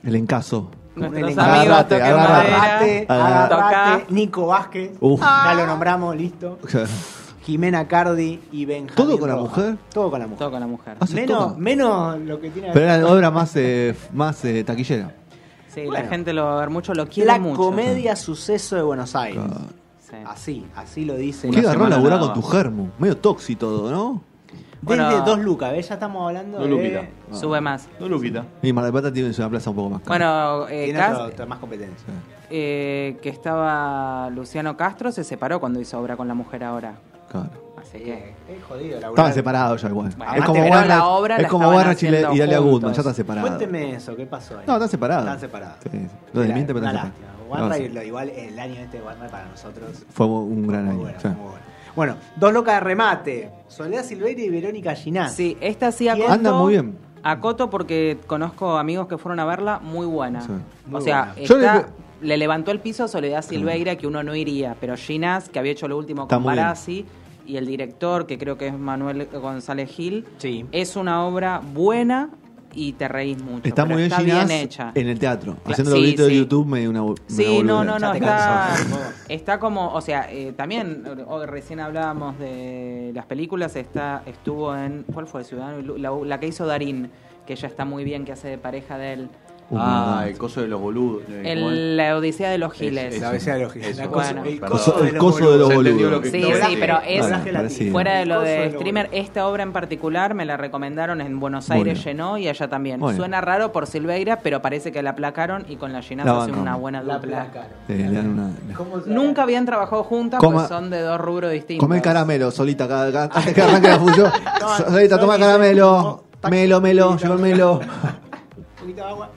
[SPEAKER 2] El encaso.
[SPEAKER 5] Nuestros
[SPEAKER 3] Agárrate,
[SPEAKER 5] amigos toquen
[SPEAKER 2] agárrate.
[SPEAKER 5] madera.
[SPEAKER 3] Agarrate,
[SPEAKER 2] Agarrate.
[SPEAKER 3] agarrate,
[SPEAKER 5] Toca.
[SPEAKER 3] Nico Vázquez,
[SPEAKER 2] Uf.
[SPEAKER 3] ya lo nombramos, listo.
[SPEAKER 2] O sea,
[SPEAKER 3] Jimena Cardi y Benjamín.
[SPEAKER 2] ¿Todo con la
[SPEAKER 3] Rojas.
[SPEAKER 2] mujer?
[SPEAKER 3] Todo con la mujer.
[SPEAKER 5] Todo con la mujer.
[SPEAKER 2] Ah, sí, todo
[SPEAKER 3] Menos,
[SPEAKER 2] con-
[SPEAKER 3] menos lo que tiene
[SPEAKER 2] Pero era la obra más, eh, más eh, taquillera.
[SPEAKER 5] Sí,
[SPEAKER 3] Bueno.
[SPEAKER 5] la gente lo va a ver mucho, lo quiere
[SPEAKER 3] la
[SPEAKER 5] mucho.
[SPEAKER 3] comedia Ah, suceso de Buenos Aires.
[SPEAKER 2] Claro.
[SPEAKER 5] Sí.
[SPEAKER 3] Así, así lo dice.
[SPEAKER 2] Qué
[SPEAKER 4] Una
[SPEAKER 2] garrón
[SPEAKER 4] semana
[SPEAKER 2] laburar
[SPEAKER 4] nada
[SPEAKER 2] con tu
[SPEAKER 4] más.
[SPEAKER 2] germu. Medio toxi todo, ¿no?
[SPEAKER 3] Desde
[SPEAKER 5] Bueno.
[SPEAKER 3] dos lucas, ¿ves? Ya estamos hablando
[SPEAKER 4] Dos
[SPEAKER 3] de... Eh,
[SPEAKER 4] luquitas.
[SPEAKER 5] Sube más.
[SPEAKER 4] No, Luquita.
[SPEAKER 2] Y Mar del Plata tiene una plaza un poco más cara.
[SPEAKER 5] Bueno, eh,
[SPEAKER 3] Tiene
[SPEAKER 5] Cas-
[SPEAKER 3] otro- otro- más competencia.
[SPEAKER 5] eh, que estaba Luciano Castro, se separó cuando hizo obra con la mujer ahora.
[SPEAKER 2] Claro.
[SPEAKER 5] Así que.
[SPEAKER 3] Eh, es jodido laburar.
[SPEAKER 2] Estaban separados ya igual.
[SPEAKER 5] Bueno,
[SPEAKER 2] es como
[SPEAKER 5] pero la
[SPEAKER 2] Barra,
[SPEAKER 5] obra
[SPEAKER 2] es
[SPEAKER 5] la
[SPEAKER 2] como
[SPEAKER 5] estaban
[SPEAKER 2] Barra Chile
[SPEAKER 5] haciendo
[SPEAKER 2] y Dalia
[SPEAKER 5] juntos.
[SPEAKER 2] Goodman, ya está separado.
[SPEAKER 3] Cuénteme eso, ¿qué pasó ahí?
[SPEAKER 2] No, están separados.
[SPEAKER 3] Están separados.
[SPEAKER 2] Sí, sí. Lo desmienten, pero
[SPEAKER 3] Una
[SPEAKER 2] están
[SPEAKER 3] lástima.
[SPEAKER 2] separados.
[SPEAKER 3] Warner,
[SPEAKER 2] No, sí.
[SPEAKER 3] lo igual el año este de Warner para nosotros
[SPEAKER 2] Fue un gran
[SPEAKER 3] Muy
[SPEAKER 2] año.
[SPEAKER 3] bueno,
[SPEAKER 2] sí.
[SPEAKER 3] muy bueno. Bueno, dos locas de remate. Soledad Silveira y Verónica Ginás.
[SPEAKER 5] Sí, esta sí acoto.
[SPEAKER 2] Ah. Anda muy bien.
[SPEAKER 5] Acoto porque conozco amigos que fueron a verla, muy buena.
[SPEAKER 2] Sí.
[SPEAKER 3] Muy
[SPEAKER 5] o sea,
[SPEAKER 3] buena.
[SPEAKER 2] Yo le-
[SPEAKER 5] está- le... levantó el piso a Soledad Silveira, que uno no iría, pero Ginás, que había hecho lo último
[SPEAKER 2] Está
[SPEAKER 5] con
[SPEAKER 2] muy bien.
[SPEAKER 5] Barassi, y el director, que creo que es Manuel González Gil,
[SPEAKER 3] Sí.
[SPEAKER 5] es una obra buena y te reís mucho.
[SPEAKER 2] Está
[SPEAKER 5] pero
[SPEAKER 2] muy bien
[SPEAKER 5] está
[SPEAKER 2] Ginás
[SPEAKER 5] bien hecha.
[SPEAKER 2] en el teatro.
[SPEAKER 5] Cla-
[SPEAKER 2] Haciendo los
[SPEAKER 5] sí,
[SPEAKER 2] gritos de
[SPEAKER 5] sí.
[SPEAKER 2] YouTube me dio una, bu- me
[SPEAKER 5] Sí,
[SPEAKER 2] una
[SPEAKER 5] no,
[SPEAKER 2] boludez.
[SPEAKER 3] Ya
[SPEAKER 5] no, no,
[SPEAKER 3] te
[SPEAKER 5] está,
[SPEAKER 3] cansó, por favor.
[SPEAKER 5] está como, o sea, eh, también, eh, hoy recién hablábamos de las películas, está, estuvo en, ¿cuál fue? Ciudadano, Ilu- la, la que hizo Darín, que ya está muy bien, que hace de pareja de él.
[SPEAKER 2] Uh,
[SPEAKER 4] ah,
[SPEAKER 2] no.
[SPEAKER 4] el coso de los boludos. eh, ¿cómo es?
[SPEAKER 5] El- la Odisea de los Giles.
[SPEAKER 4] es-
[SPEAKER 3] La ABC de los Giles.
[SPEAKER 4] Eso.
[SPEAKER 3] La cosa-
[SPEAKER 5] Bueno.
[SPEAKER 3] el
[SPEAKER 4] Perdón.
[SPEAKER 3] coso de
[SPEAKER 2] El
[SPEAKER 3] los
[SPEAKER 2] coso de los
[SPEAKER 4] Se
[SPEAKER 3] boludos.
[SPEAKER 4] entendió
[SPEAKER 2] boludos.
[SPEAKER 4] lo que-
[SPEAKER 5] Sí,
[SPEAKER 4] lo que-
[SPEAKER 5] sí, pero es-
[SPEAKER 3] Doblaje latino.
[SPEAKER 2] parecido.
[SPEAKER 5] Fuera de
[SPEAKER 3] El
[SPEAKER 5] lo
[SPEAKER 3] coso
[SPEAKER 5] de
[SPEAKER 3] los
[SPEAKER 5] streamer,
[SPEAKER 3] boludos.
[SPEAKER 5] esta obra en particular me la recomendaron en Buenos
[SPEAKER 2] Muy
[SPEAKER 5] Aires,
[SPEAKER 2] bien.
[SPEAKER 5] llenó y allá también.
[SPEAKER 2] Muy bien.
[SPEAKER 5] Suena raro por Silveira, pero parece que la aplacaron y con la
[SPEAKER 2] La
[SPEAKER 5] llenada hace
[SPEAKER 2] bancamos.
[SPEAKER 5] una buena
[SPEAKER 3] La
[SPEAKER 5] dupla.
[SPEAKER 3] placa.
[SPEAKER 2] Sí, le dan una-
[SPEAKER 3] ¿Cómo se-
[SPEAKER 5] Nunca habían trabajado juntas,
[SPEAKER 2] Coma-
[SPEAKER 5] pues son de dos rubros distintos.
[SPEAKER 2] Come el caramelo, solita, cada- cada- antes que arranque la función.
[SPEAKER 3] No,
[SPEAKER 2] solita, toma
[SPEAKER 3] Soli,
[SPEAKER 2] caramelo.
[SPEAKER 3] no,
[SPEAKER 2] Melo, melo, llegó el melo.
[SPEAKER 3] Un poquito de agua.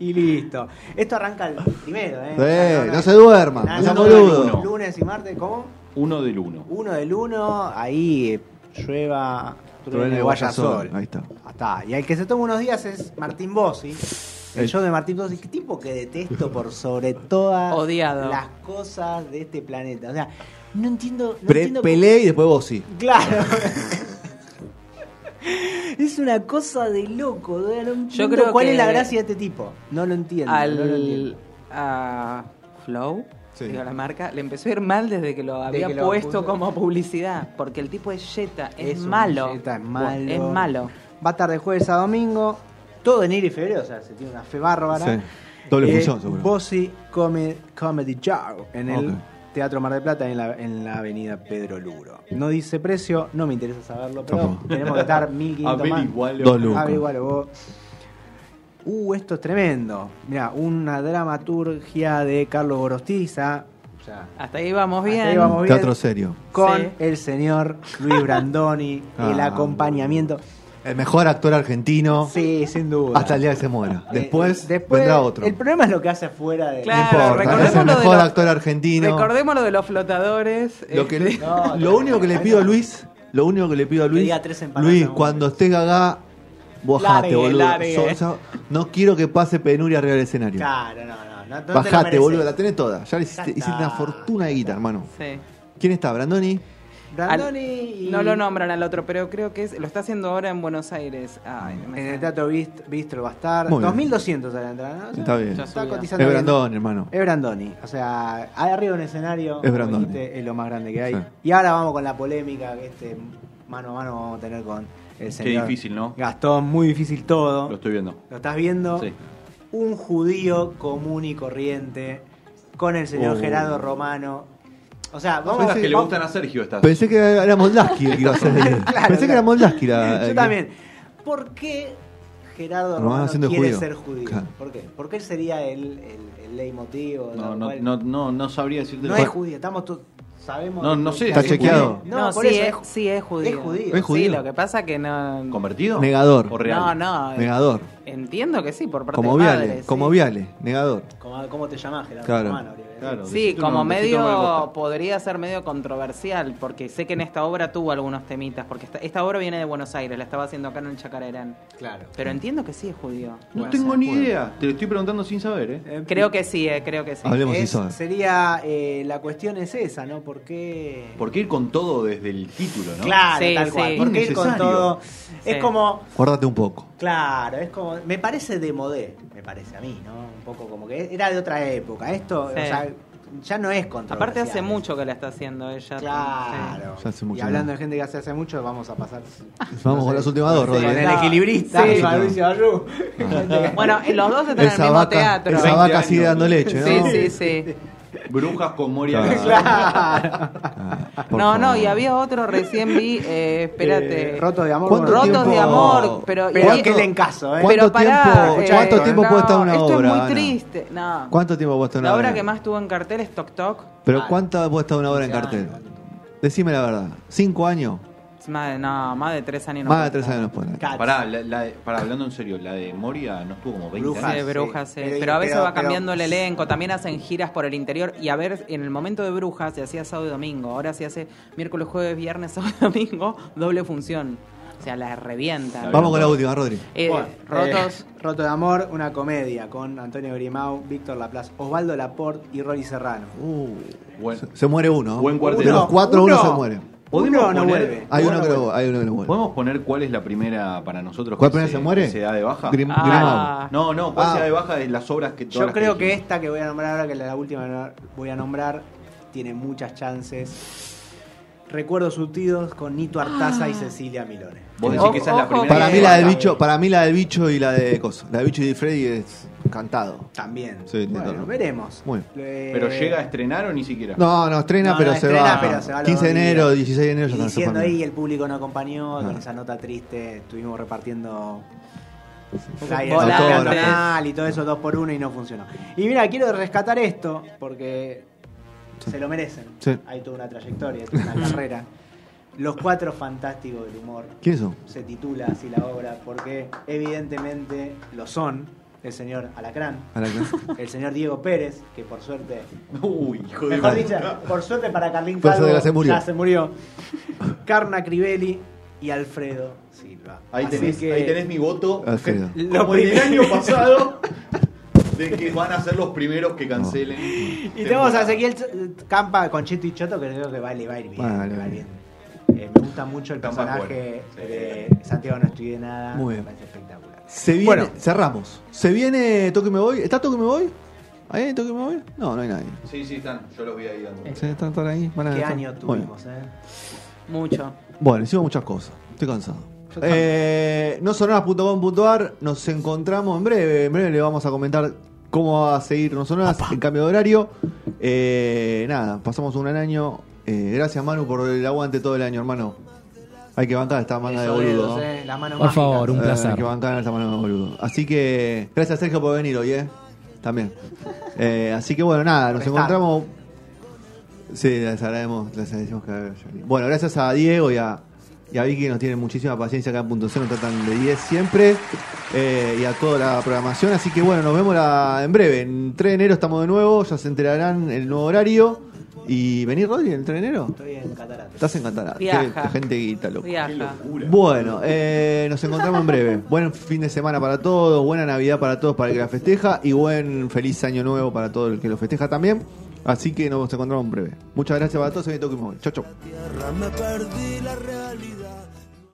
[SPEAKER 3] Y listo. Esto arranca el primero, ¿eh?
[SPEAKER 2] Eh, no se duerman,
[SPEAKER 3] Nada,
[SPEAKER 2] no sean
[SPEAKER 3] no,
[SPEAKER 2] boludos.
[SPEAKER 3] no, Lunes y martes, ¿cómo?
[SPEAKER 4] Uno del uno.
[SPEAKER 3] Uno del uno, ahí eh, llueva,
[SPEAKER 2] Truene,
[SPEAKER 3] truene, vaya sol.
[SPEAKER 2] Ahí está.
[SPEAKER 3] Ah, está. Y el que se toma unos días es Martín Bossi. El
[SPEAKER 4] El-
[SPEAKER 3] show de Martín Bossi, qué tipo que detesto por sobre todas
[SPEAKER 5] Odiado.
[SPEAKER 3] las cosas de este planeta. O sea, no entiendo. No
[SPEAKER 2] Pre-
[SPEAKER 3] entiendo-
[SPEAKER 2] Pelé y después vos sí.
[SPEAKER 3] Claro. es una cosa de loco. No entiendo
[SPEAKER 5] Yo creo
[SPEAKER 3] cuál
[SPEAKER 5] que-
[SPEAKER 3] es la gracia de este tipo. No lo entiendo. no lo entiendo.
[SPEAKER 5] al a Flow,
[SPEAKER 2] Sí.
[SPEAKER 5] digo la marca, le empezó a ir mal desde que lo
[SPEAKER 3] Desde
[SPEAKER 5] había
[SPEAKER 3] que lo
[SPEAKER 5] puesto
[SPEAKER 3] puso.
[SPEAKER 5] como publicidad, porque el tipo es yeta, es,
[SPEAKER 3] un
[SPEAKER 5] malo.
[SPEAKER 3] billeta, es malo.
[SPEAKER 5] Es malo.
[SPEAKER 3] Va a estar de jueves a domingo. Todo en enero y febrero, o sea, se tiene una fe bárbara. Eh,
[SPEAKER 2] Sí. Doble función, seguro.
[SPEAKER 3] Bossi Come- Comedy Show en el
[SPEAKER 2] Ok.
[SPEAKER 3] Teatro Mar del Plata en la, en la avenida Pedro Luro. No dice precio, no me interesa saberlo, pero
[SPEAKER 2] Tampoco.
[SPEAKER 3] tenemos que estar 1500 más.
[SPEAKER 4] Averigualo.
[SPEAKER 2] Dos lucas.
[SPEAKER 3] Averigualo Ah, vos. Uh, esto es tremendo. Mira, una dramaturgia de Carlos Gorostiza. O sea,
[SPEAKER 5] Hasta ahí vamos
[SPEAKER 3] Hasta
[SPEAKER 5] bien.
[SPEAKER 3] ahí vamos bien.
[SPEAKER 2] Mm, Teatro serio.
[SPEAKER 3] con
[SPEAKER 5] Sí.
[SPEAKER 3] el señor Luis Brandoni, el
[SPEAKER 2] Ah.
[SPEAKER 3] acompañamiento.
[SPEAKER 2] El mejor actor argentino
[SPEAKER 3] Sí, sin duda.
[SPEAKER 2] hasta el día que se muera.
[SPEAKER 3] Eh,
[SPEAKER 2] Después,
[SPEAKER 3] después,
[SPEAKER 2] vendrá otro.
[SPEAKER 3] El problema es lo que hace afuera de.
[SPEAKER 5] Claro,
[SPEAKER 2] no importa,
[SPEAKER 5] recordemos
[SPEAKER 2] es el
[SPEAKER 5] lo de
[SPEAKER 2] mejor
[SPEAKER 5] los-
[SPEAKER 2] actor argentino.
[SPEAKER 5] Recordemos lo de los flotadores.
[SPEAKER 2] Lo, que-
[SPEAKER 5] este,
[SPEAKER 3] No,
[SPEAKER 2] lo único que le pido a Luis, lo único que le pido a Luis,
[SPEAKER 3] diga tres empanadas
[SPEAKER 2] Luis,
[SPEAKER 3] a uno.
[SPEAKER 2] cuando estés gaga, bajate,
[SPEAKER 5] Largue,
[SPEAKER 2] boludo.
[SPEAKER 5] largue.
[SPEAKER 2] So- so- no quiero que pase penuria arriba del escenario.
[SPEAKER 3] Claro, no, no. no, no te lo
[SPEAKER 2] Bajate,
[SPEAKER 3] mereces.
[SPEAKER 2] boludo, la tenés toda. Ya le hiciste,
[SPEAKER 3] Ya está.
[SPEAKER 2] hiciste una fortuna de guita, hermano.
[SPEAKER 5] sí.
[SPEAKER 2] ¿Quién está? ¿Brandoni?
[SPEAKER 3] Brandoni. y-
[SPEAKER 5] No lo nombran al otro, pero creo que es- lo está haciendo ahora en Buenos Aires. Ay, no me
[SPEAKER 3] En
[SPEAKER 5] sale.
[SPEAKER 3] el teatro Bist- Bistro va a estar.
[SPEAKER 2] Muy bien.
[SPEAKER 3] 2200 a la entrada. ¿no? O sea,
[SPEAKER 2] Está bien.
[SPEAKER 5] ya
[SPEAKER 2] Es
[SPEAKER 5] subí.
[SPEAKER 3] cotizando bien.
[SPEAKER 2] Brandoni, hermano.
[SPEAKER 3] Es Brandoni. O sea, ahí arriba de un escenario.
[SPEAKER 2] Es
[SPEAKER 3] como
[SPEAKER 2] Brandoni.
[SPEAKER 3] dijiste, es lo más grande que hay.
[SPEAKER 2] Sí.
[SPEAKER 3] Y ahora vamos con la polémica que este mano a mano vamos a tener con el señor.
[SPEAKER 4] difícil, ¿no?
[SPEAKER 3] Gastón, muy difícil todo.
[SPEAKER 4] Lo estoy viendo.
[SPEAKER 3] ¿Lo estás viendo?
[SPEAKER 4] Sí.
[SPEAKER 3] Un judío común y corriente con el señor
[SPEAKER 2] Oh.
[SPEAKER 3] Gerardo Romano. O sea, vamos
[SPEAKER 4] Son las
[SPEAKER 3] sí,
[SPEAKER 4] que le
[SPEAKER 3] vamos-
[SPEAKER 4] gustan a Sergio estas.
[SPEAKER 2] Pensé que era Moldaski el que iba a hacer. Pensé que era
[SPEAKER 3] claro.
[SPEAKER 2] Moldaski. la-
[SPEAKER 3] Yo
[SPEAKER 2] el-
[SPEAKER 3] también. ¿Por qué Gerardo
[SPEAKER 2] Romano
[SPEAKER 3] Romano,
[SPEAKER 2] siendo
[SPEAKER 3] quiere
[SPEAKER 2] judío.
[SPEAKER 3] ser judío?
[SPEAKER 2] Claro.
[SPEAKER 3] ¿Por qué? ¿Por qué él sería el, el, el leitmotiv? o
[SPEAKER 4] No,
[SPEAKER 3] tal
[SPEAKER 4] no,
[SPEAKER 3] cual?
[SPEAKER 4] no, no, no sabría decirte.
[SPEAKER 3] No es judío, estamos todos. Sabemos.
[SPEAKER 4] No, no sé.
[SPEAKER 2] Está
[SPEAKER 4] ¿Es
[SPEAKER 2] chequeado.
[SPEAKER 4] judío?
[SPEAKER 3] No,
[SPEAKER 5] No,
[SPEAKER 3] por
[SPEAKER 5] sí,
[SPEAKER 3] eso
[SPEAKER 5] es,
[SPEAKER 3] es-
[SPEAKER 5] sí eh. es judío.
[SPEAKER 3] es judío.
[SPEAKER 2] Es judío.
[SPEAKER 5] Sí, lo que pasa que no.
[SPEAKER 4] ¿Convertido?
[SPEAKER 2] Negador.
[SPEAKER 4] ¿O real?
[SPEAKER 5] No, no. eh,
[SPEAKER 2] Negador.
[SPEAKER 5] Entiendo que sí, por parte
[SPEAKER 2] Como
[SPEAKER 5] de
[SPEAKER 2] Viale.
[SPEAKER 5] padres. sí.
[SPEAKER 2] como Viale. Negador.
[SPEAKER 3] ¿Cómo, cómo te llamás, Gerardo
[SPEAKER 2] Claro.
[SPEAKER 3] Romano? habría que decir.
[SPEAKER 4] Claro.
[SPEAKER 5] Sí,
[SPEAKER 4] Decite un
[SPEAKER 5] como
[SPEAKER 4] nombre, decite un nombre
[SPEAKER 5] medio
[SPEAKER 4] posta.
[SPEAKER 5] podría ser medio controversial, porque sé que en esta obra tuvo algunos temitas, porque esta, esta obra viene de Buenos Aires, la estaba haciendo acá en el Chacarerán.
[SPEAKER 3] Claro.
[SPEAKER 5] Pero entiendo que sí es judío.
[SPEAKER 4] No
[SPEAKER 3] Puede
[SPEAKER 4] tengo
[SPEAKER 3] ser,
[SPEAKER 4] ni
[SPEAKER 2] puede.
[SPEAKER 4] idea. Te lo estoy preguntando sin saber, ¿eh?
[SPEAKER 3] Eh,
[SPEAKER 5] Creo que sí, eh, creo que sí.
[SPEAKER 2] Hablemos
[SPEAKER 3] es-
[SPEAKER 2] si son.
[SPEAKER 3] Sería. eh, la cuestión es esa, ¿no? ¿Por qué.?
[SPEAKER 4] ¿Por qué ir con todo desde el título, no?
[SPEAKER 3] Claro,
[SPEAKER 5] Sí,
[SPEAKER 3] tal cual.
[SPEAKER 5] sí.
[SPEAKER 3] Porque ir con
[SPEAKER 4] Innecesario.
[SPEAKER 3] todo. Es
[SPEAKER 5] Sí.
[SPEAKER 3] como.
[SPEAKER 2] Guárdate un poco.
[SPEAKER 3] Claro, es como. Me parece de modé, me parece a mí, ¿no? Un poco como que era de otra época. Esto,
[SPEAKER 5] Sí.
[SPEAKER 3] o sea, ya no es controversial.
[SPEAKER 5] Aparte hace mucho que la está haciendo ella.
[SPEAKER 3] Claro.
[SPEAKER 2] Sí. Ya hace mucho,
[SPEAKER 3] y hablando
[SPEAKER 2] ¿no?
[SPEAKER 3] de gente que hace hace mucho, vamos a pasar.
[SPEAKER 2] Vamos con las últimas dos,
[SPEAKER 3] Con
[SPEAKER 2] Rodri.
[SPEAKER 3] el
[SPEAKER 5] No.
[SPEAKER 3] equilibrista,
[SPEAKER 5] Sí.
[SPEAKER 3] Fabricio Arrú.
[SPEAKER 5] Sí. Bueno, eh, los dos están en el
[SPEAKER 2] Esa
[SPEAKER 5] mismo
[SPEAKER 2] vaca,
[SPEAKER 5] teatro.
[SPEAKER 2] esa
[SPEAKER 4] 20
[SPEAKER 2] vaca
[SPEAKER 4] años.
[SPEAKER 2] sigue dando leche, ¿no?
[SPEAKER 5] Sí, sí, sí.
[SPEAKER 4] Brujas con Moria.
[SPEAKER 3] Claro.
[SPEAKER 2] Ah, por
[SPEAKER 5] No, no,
[SPEAKER 2] favor.
[SPEAKER 5] y había otro recién vi, eh, espérate.
[SPEAKER 3] Eh, rotos de amor.
[SPEAKER 2] ¿Cuánto
[SPEAKER 5] Rotos
[SPEAKER 2] tiempo-
[SPEAKER 5] de amor, pero.
[SPEAKER 3] Pero
[SPEAKER 5] y-
[SPEAKER 3] que le encaso, ¿eh?
[SPEAKER 2] ¿Cuánto
[SPEAKER 5] pero pará, eh,
[SPEAKER 2] tiempo- cuánto tiempo puede estar una
[SPEAKER 5] esto
[SPEAKER 2] obra,
[SPEAKER 5] Es muy
[SPEAKER 2] Ana?
[SPEAKER 5] triste. No.
[SPEAKER 2] ¿Cuánto tiempo vos estás una
[SPEAKER 5] La obra
[SPEAKER 2] hora?
[SPEAKER 5] que más tuvo en cartel es Tok Tok.
[SPEAKER 2] Pero ¿cuánto vos estás una hora en
[SPEAKER 3] Ya,
[SPEAKER 2] cartel?
[SPEAKER 3] no, no,
[SPEAKER 2] Decime la verdad. ¿Cinco años?
[SPEAKER 5] Es más de, no, más de tres años. no
[SPEAKER 2] Más de
[SPEAKER 5] puede
[SPEAKER 2] tres
[SPEAKER 5] estar.
[SPEAKER 2] años nos ponen.
[SPEAKER 3] Cats.
[SPEAKER 4] Pará, la, la de- pará, hablando en serio, la de Moria no estuvo como 20
[SPEAKER 3] Brujas.
[SPEAKER 5] Sí,
[SPEAKER 4] años.
[SPEAKER 5] brujas,
[SPEAKER 3] Ah, Sí,
[SPEAKER 5] sí.
[SPEAKER 3] pero-
[SPEAKER 5] Pero a veces
[SPEAKER 3] pero-
[SPEAKER 5] va cambiando
[SPEAKER 3] pero-
[SPEAKER 5] el elenco. También hacen giras por el interior. Y a ver, en el momento de Brujas se hacía sábado y domingo. Ahora se hace miércoles, jueves, viernes, sábado y domingo. Doble función. O sea, la revienta.
[SPEAKER 2] Vamos con la última, Rodri.
[SPEAKER 5] Eh,
[SPEAKER 3] Bueno,
[SPEAKER 5] rotos.
[SPEAKER 3] eh, Roto de amor, una comedia con Antonio Grimau, Víctor Laplace, Osvaldo Laporte y Rory Serrano.
[SPEAKER 5] Uh.
[SPEAKER 4] Bueno,
[SPEAKER 2] Se muere uno.
[SPEAKER 4] Buen
[SPEAKER 2] De
[SPEAKER 4] cuarteto.
[SPEAKER 2] los cuatro, uno,
[SPEAKER 3] uno.
[SPEAKER 2] se muere.
[SPEAKER 4] ¿Podemos
[SPEAKER 3] Uno no
[SPEAKER 4] poner-
[SPEAKER 3] vuelve.
[SPEAKER 2] Hay uno,
[SPEAKER 3] Uno
[SPEAKER 2] que
[SPEAKER 3] no
[SPEAKER 2] lo, hay uno que lo muere.
[SPEAKER 4] ¿Podemos poner cuál es la primera para nosotros?
[SPEAKER 2] ¿Cuál
[SPEAKER 4] que
[SPEAKER 2] primera se muere?
[SPEAKER 4] que se da de baja?
[SPEAKER 2] Grim-
[SPEAKER 5] Ah.
[SPEAKER 4] No, no, ¿cuál
[SPEAKER 2] Ah.
[SPEAKER 4] se da de baja de las obras que todas
[SPEAKER 3] Yo
[SPEAKER 4] las
[SPEAKER 3] creo que
[SPEAKER 4] dijimos?
[SPEAKER 3] esta que voy a nombrar ahora, que es la última que voy a nombrar, tiene muchas chances. Recuerdos surtidos con Nito Artaza y Cecilia Milone.
[SPEAKER 4] Vos decís
[SPEAKER 5] Ojo,
[SPEAKER 4] que esa es la
[SPEAKER 5] ojo,
[SPEAKER 4] primera.
[SPEAKER 2] Para
[SPEAKER 4] que
[SPEAKER 2] mí
[SPEAKER 4] se
[SPEAKER 2] la
[SPEAKER 4] da
[SPEAKER 2] del
[SPEAKER 4] de baja.
[SPEAKER 2] bicho, para mí la del bicho y la de Coso. La del bicho y de Freddy es cantado.
[SPEAKER 3] También.
[SPEAKER 2] Sí,
[SPEAKER 3] bueno,
[SPEAKER 2] Nito.
[SPEAKER 3] veremos.
[SPEAKER 2] Muy bien.
[SPEAKER 3] Eh,
[SPEAKER 4] Pero llega a estrenar o ni siquiera.
[SPEAKER 2] No, no, estrena,
[SPEAKER 3] No, no,
[SPEAKER 2] pero, se
[SPEAKER 3] estrena,
[SPEAKER 2] va.
[SPEAKER 3] pero se va a los
[SPEAKER 2] 15 de
[SPEAKER 3] dos días.
[SPEAKER 2] enero, 16 de enero
[SPEAKER 3] Y
[SPEAKER 2] ya está en su
[SPEAKER 3] diciendo
[SPEAKER 2] familia.
[SPEAKER 3] ahí, el público no acompañó,
[SPEAKER 2] Ah.
[SPEAKER 3] con esa nota triste, estuvimos repartiendo flyers
[SPEAKER 5] Volantes.
[SPEAKER 3] nacional y todo eso dos por uno y no funcionó. Y mira, quiero rescatar esto porque se lo merecen.
[SPEAKER 2] Sí.
[SPEAKER 3] Hay toda una trayectoria, toda una carrera. Los cuatro fantásticos del humor
[SPEAKER 2] ¿Quién es eso?
[SPEAKER 3] se titula así la obra porque evidentemente lo son. el señor Alacrán,
[SPEAKER 2] Para que-
[SPEAKER 3] el señor Diego Pérez, que por suerte,
[SPEAKER 4] Uy, hijo de
[SPEAKER 3] mejor
[SPEAKER 4] puta.
[SPEAKER 3] dicho, por suerte para Carlín
[SPEAKER 2] Por
[SPEAKER 3] Calvo,
[SPEAKER 2] suerte se murió.
[SPEAKER 3] ya se murió, Carna Crivelli y Alfredo Silva.
[SPEAKER 4] Ahí
[SPEAKER 3] Así
[SPEAKER 4] tenés,
[SPEAKER 3] que
[SPEAKER 4] ahí tenés mi voto.
[SPEAKER 2] Alfredo.
[SPEAKER 4] Como
[SPEAKER 3] Lo
[SPEAKER 4] el del
[SPEAKER 3] primero-
[SPEAKER 4] año pasado, de que van a ser los primeros que cancelen.
[SPEAKER 3] Y tenemos a
[SPEAKER 4] temporada.
[SPEAKER 3] Ezequiel Ch- Campa con Cheto y Choto, que creo que va, le va a ir bien.
[SPEAKER 2] Vale,
[SPEAKER 3] le va a ir
[SPEAKER 2] bien.
[SPEAKER 3] bien. Eh, me gusta mucho el
[SPEAKER 4] Campa
[SPEAKER 3] personaje
[SPEAKER 4] bueno.
[SPEAKER 3] de Santiago No Estudié Nada.
[SPEAKER 2] Muy bien.
[SPEAKER 3] Me parece espectacular.
[SPEAKER 2] Se viene,
[SPEAKER 3] Bueno.
[SPEAKER 2] cerramos. Se viene Toque Me Voy. ¿Está Toque Me Voy? ¿Ahí hay Toque Me Voy? No, no hay nadie.
[SPEAKER 4] Sí, sí, están. Yo los voy ahí dando.
[SPEAKER 2] Sí, están todos ahí. Van a
[SPEAKER 3] Qué
[SPEAKER 2] estar-
[SPEAKER 3] año
[SPEAKER 2] Bueno.
[SPEAKER 3] tuvimos, ¿eh?
[SPEAKER 5] Mucho.
[SPEAKER 2] Bueno, hicimos muchas cosas. Estoy cansado.
[SPEAKER 5] Yo también.
[SPEAKER 2] Eh, nosonoras.com.ar Nos encontramos en breve. En breve le vamos a comentar cómo va a seguir No Sonoras en cambio de horario. Eh, nada, pasamos un gran año. Eh, gracias, Manu, por el aguante todo el año, hermano. Hay que bancar esta manga de
[SPEAKER 3] Esos
[SPEAKER 2] boludo.
[SPEAKER 3] dedos, ¿eh? La mano
[SPEAKER 6] Por
[SPEAKER 3] mágica.
[SPEAKER 6] favor, un
[SPEAKER 2] Eh,
[SPEAKER 6] placer.
[SPEAKER 2] que bancan esta mano, boludo. Así que, gracias Sergio por venir hoy, ¿eh? También. Eh, así que bueno, nada, nos
[SPEAKER 3] Prestar.
[SPEAKER 2] encontramos. Sí, les agradecemos, les agradecemos que hayan venido. Bueno, gracias a Diego y a, y a Vicky que nos tienen muchísima paciencia acá en Punto Cero, nos tratan de 10 siempre. eh, y a toda la programación. Así que bueno, nos vemos la- en breve. En 3 de enero estamos de nuevo, ya se enterarán el nuevo horario. ¿Y venir, Rodri, el 3 de enero?
[SPEAKER 3] Estoy en catarata.
[SPEAKER 2] Estás encantada. Qué-
[SPEAKER 5] Viaja.
[SPEAKER 2] qué gente guita, loco.
[SPEAKER 4] Qué
[SPEAKER 5] Viaja.
[SPEAKER 4] locura.
[SPEAKER 2] Bueno, eh, nos encontramos en breve. Buen fin de semana para todos, buena Navidad para todos para el que la festeja y buen feliz año nuevo para todo el que lo festeja también. Así que nos encontramos en breve. Muchas gracias para todos. Se viene Toque Móvil. Chau, chau.
[SPEAKER 7] tierra me perdí la realidad.